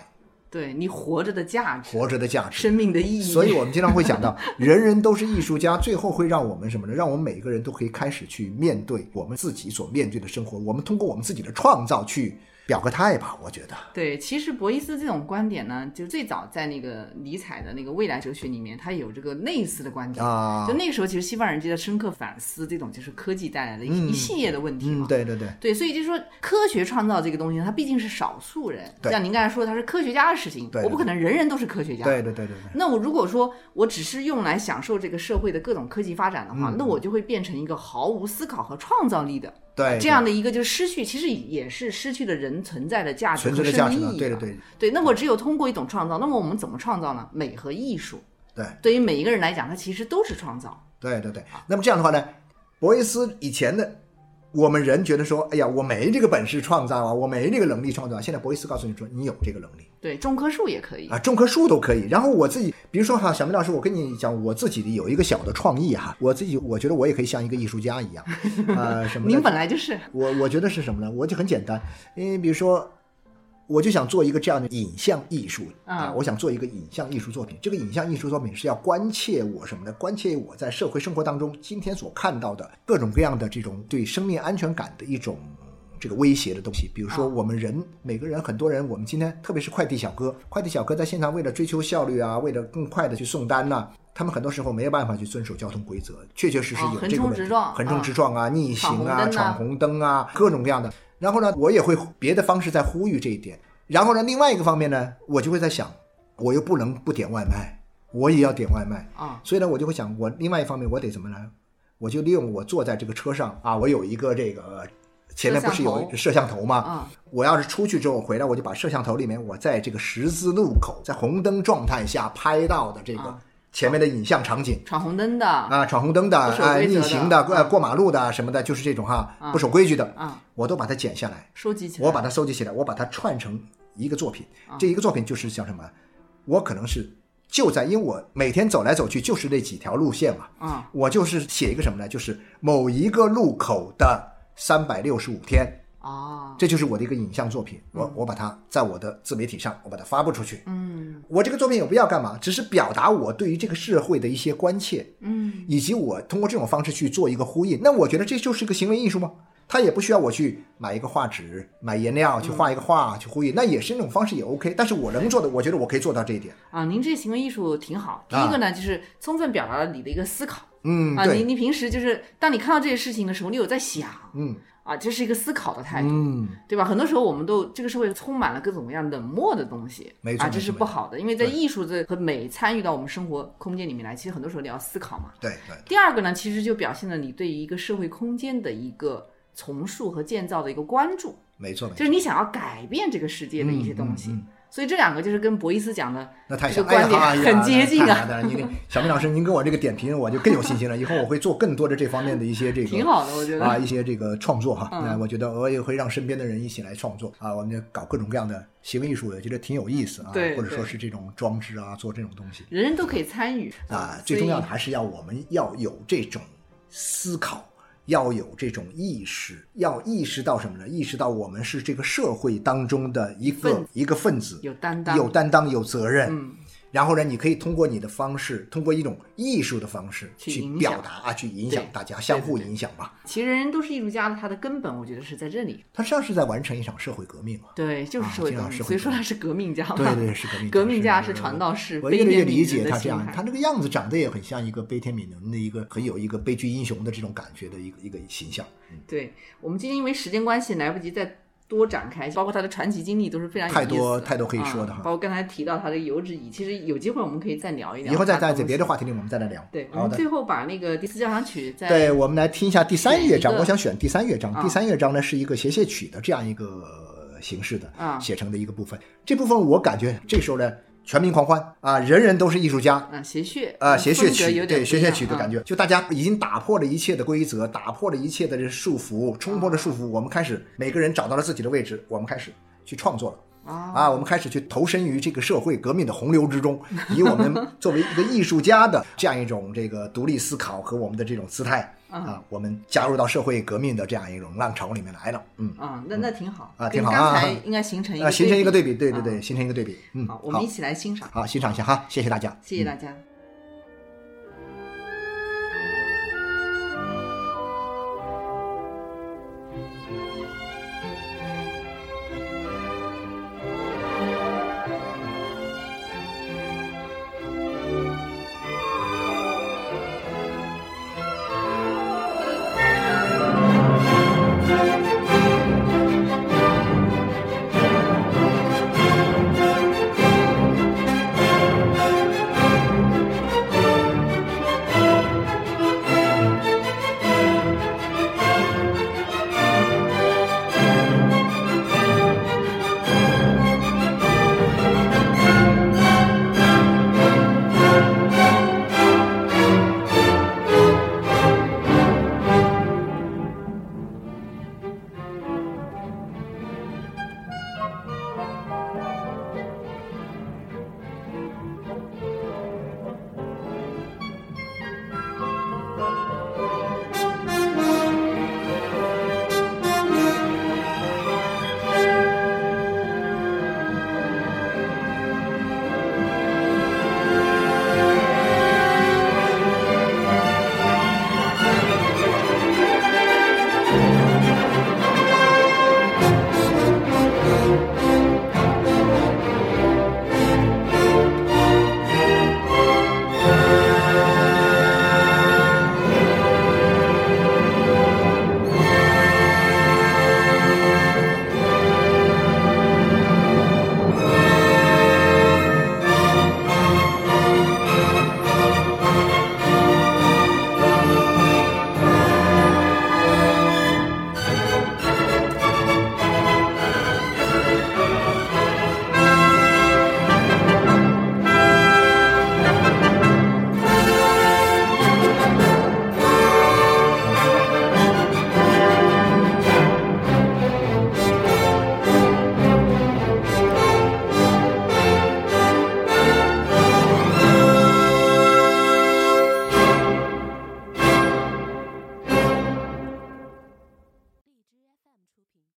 S1: 对你活着的价值，
S2: 活着的价值。
S1: 生命的意义。
S2: 所以，我们经常会讲到， 人人都是艺术家，最后会让我们什么呢？让我们每个人都可以开始去面对我们自己所面对的生活，我们通过我们自己的创造去表个态吧。我觉得，
S1: 对，其实博伊斯这种观点呢，就最早在那个尼采的那个未来哲学里面，他有这个类似的观点。
S2: 啊
S1: 就那个时候，其实西方人就在深刻反思这种就是科技带来的一、
S2: 嗯
S1: 一系列的问题嘛。
S2: 嗯，对对对。
S1: 对，所以就是说，科学创造这个东西，它毕竟是少数人。
S2: 对
S1: 像您刚才说，它是科学家的事情，
S2: 对
S1: 我不可能人人都是科学家。
S2: 对对对对对，
S1: 那我如果说我只是用来享受这个社会的各种科技发展的话，
S2: 嗯
S1: 那我就会变成一个毫无思考和创造力的
S2: 对
S1: 这样的一个，就失去，其实也是失去了人存在的价值
S2: 存
S1: 和
S2: 在的价
S1: 生
S2: 值
S1: 命
S2: 呢
S1: 意义。
S2: 对对对。
S1: 对，那我只有通过一种创造，那么我们怎么创造呢？美和艺术，
S2: 对
S1: 对于每一个人来讲，它其实都是创造。
S2: 对对对。那么这样的话呢，博伊斯以前的我们人觉得说，哎呀，我没这个本事创造啊，我没这个能力创造啊。现在博伊斯告诉你说，你有这个能力
S1: 对，种棵树也可以。
S2: 啊，种棵树都可以。然后我自己，比如说哈，小明老师，我跟你讲，我自己有一个小的创意哈，我自己我觉得我也可以像一个艺术家一样，呃，什么 呢
S1: 您？本来就是，
S2: 我我觉得是什么呢？我就很简单，因为比如说，我就想做一个这样的影像艺术
S1: 嗯
S2: 啊，我想做一个影像艺术作品。这个影像艺术作品是要关切我什么呢？关切我在社会生活当中今天所看到的各种各样的这种对生命安全感的一种。这个威胁的东西，比如说
S1: 嗯
S2: 我们人、每个人很多人，我们今天特别是快递小哥，快递小哥在现场为了追求效率啊，为了更快的去送单呐、他们很多时候没有办法去遵守交通规则，确确实实
S1: 啊
S2: 有
S1: 横
S2: 这个
S1: 冲
S2: 问题，
S1: 直撞
S2: 横冲
S1: 啊
S2: 直撞啊，逆行啊，
S1: 闯红灯啊
S2: 闯红灯啊，各种各样的。然后呢，我也会别的方式在呼吁这一点。然后呢，另外一个方面呢，我就会在想，我又不能不点外卖，我也要点外卖
S1: 啊
S2: 所以呢，我就会想，我另外一方面我得怎么呢？我就利用我坐在这个车上啊，我有一个这个前面不是有一个摄像头嗯吗？
S1: 啊、
S2: 我要是出去之后回来，我就把摄像头里面我在这个十字路口在红灯状态下拍到的这个
S1: 啊
S2: 前面的影像场景。
S1: 闯红灯的啊
S2: 啊，闯红灯的，
S1: 不守
S2: 啊，
S1: 规则的
S2: 逆行的，过
S1: 嗯
S2: 过马路的什么的，就是这种哈，不守规矩的，我都把它剪下来，
S1: 啊收集起来。
S2: 我把它收集起来，我把它串成一个作品
S1: 啊。
S2: 这一个作品就是叫什么？我可能是就在，因为我每天走来走去就是那几条路线嘛，
S1: 啊、
S2: 我就是写一个什么呢？就是某一个路口的三百六十五天。
S1: 啊，
S2: 这就是我的一个影像作品，我我把它在我的自媒体上，我把它发布出去。
S1: 嗯
S2: 我这个作品有必要干嘛？只是表达我对于这个社会的一些关切。
S1: 嗯，
S2: 以及我通过这种方式去做一个呼应，那我觉得这就是一个行为艺术吗？它也不需要我去买一个画纸、买颜料去画一个画、去呼应，那也是那种方式也 OK。但是我能做的，我觉得我可以做到这一点。
S1: 啊，您这行为艺术挺好。
S2: 啊
S1: 第一个呢，就是充分表达了你的一个思考。
S2: 嗯，
S1: 啊，你
S2: 对，
S1: 你平时就是当你看到这些事情的时候，你有在想，
S2: 嗯，
S1: 啊，这是一个思考的态度，
S2: 嗯，
S1: 对吧？很多时候我们都这个社会充满了各种各样冷漠的东西，
S2: 没错
S1: 啊，
S2: 没
S1: 这是
S2: 错
S1: 不好的，因为在
S2: 对
S1: 艺术这和美参与到我们生活空间里面来，其实很多时候你要思考嘛。
S2: 对对
S1: 第二个呢，其实就表现了你对于一个社会空间的一个重塑和建造的一个关注，
S2: 没错没
S1: 就
S2: 错，
S1: 是你想要改变这个世界的一些东西。
S2: 嗯嗯嗯
S1: 所以这两个就是跟博伊斯讲的
S2: 那太
S1: 这
S2: 像，
S1: 个
S2: 哎呀
S1: 观点
S2: 哎呀
S1: 很接近
S2: 太
S1: 啊
S2: 好了您小明老师，您给我这个点评，我就更有信心了，以后我会做更多的这方面的一些这个
S1: 挺好的，我觉得。
S2: 啊，一些这个创作哈，
S1: 嗯
S2: 那我觉得我也会让身边的人一起来创作啊，我们就搞各种各样的行为艺术，我觉得挺有意思啊，
S1: 对
S2: 或者
S1: 对
S2: 说是这种装置啊，做这种东西
S1: 人人都可以参与
S2: 啊，最重要的
S1: 所以
S2: 还是要我们要有这种思考，要有这种意识，要意识到什么呢？意识到我们是这个社会当中的一个
S1: 分
S2: 一个分子，
S1: 有担当，
S2: 有担当，有责任。
S1: 嗯
S2: 然后呢，你可以通过你的方式，通过一种艺术的方式
S1: 去
S2: 去
S1: 影
S2: 表
S1: 响
S2: 达啊，去影响
S1: 对
S2: 大家，相互
S1: 对
S2: 影响吧。
S1: 其实人人都是艺术家的，他的根本我觉得是在这里。
S2: 它实际上是在完成一场社会革命啊。
S1: 对，就是
S2: 啊
S1: 社会
S2: 这
S1: 革
S2: 样
S1: 命，
S2: 社会
S1: 所以
S2: 革
S1: 说
S2: 命
S1: 他是革命家嘛。
S2: 对对，是 革命
S1: 革命家
S2: 是
S1: 是传道士，
S2: 我
S1: 悲
S2: 越来
S1: 天
S2: 越
S1: 悯
S2: 理
S1: 人
S2: 解
S1: 的
S2: 他这
S1: 情
S2: 样，
S1: 怀
S2: 他这个样子长得也很像一个悲天悯人的一个很有一个悲剧英雄的这种感觉的一个一个形象。
S1: 对我们今天因为时间关系，来不及再多展开，包括他的传奇经历都是非常有
S2: 太
S1: 意思
S2: 多
S1: 的
S2: 太多可以说的
S1: 啊
S2: 哈
S1: 包括刚才提到他的油脂椅，其实有机会我们可以再聊一聊。
S2: 以后再
S1: 再
S2: 在在别的话题里我们再来聊。
S1: 对，我
S2: 好
S1: 们
S2: 的。
S1: 最后把那个第四交响曲再
S2: 对，我们来听一下第三乐
S1: 选
S2: 章。
S1: 一个
S2: 我想选第三乐章。
S1: 啊
S2: 第三乐章呢是一个谐谚曲的这样一个呃形式的
S1: 啊
S2: 写成的一个部分。这部分我感觉这时候呢，全民狂欢啊，人人都是艺术家，
S1: 嗯谐谑
S2: 啊，
S1: 嗯
S2: 谐
S1: 风
S2: 谑
S1: 格有
S2: 曲，
S1: 点
S2: 对，
S1: 不
S2: 谐
S1: 一
S2: 谑
S1: 样
S2: 曲的
S1: 啊
S2: 感觉，就大家已经打破了一切的规则，打破了一切的这束缚，冲破了束缚，我们开始每个人找到了自己的位置，我们开始去创作了。
S1: 啊
S2: 啊，我们开始去投身于这个社会革命的洪流之中，以我 们作为一个艺术家的这样一种这个独立思考和我们的这种姿态
S1: 嗯
S2: 啊，我们加入到社会革命的这样一种浪潮里面来了。嗯，
S1: 啊，那那挺好
S2: 啊
S1: 跟
S2: 挺好
S1: 刚
S2: 啊
S1: 才应该嗯形成一个
S2: 啊，形成一个对
S1: 比。
S2: 比，对对
S1: 啊
S2: 对，形成一个对比。嗯，
S1: 好，我们
S2: 好
S1: 一起来欣赏，
S2: 好欣赏一下哈，谢谢大家，
S1: 谢谢
S2: 嗯
S1: 大家。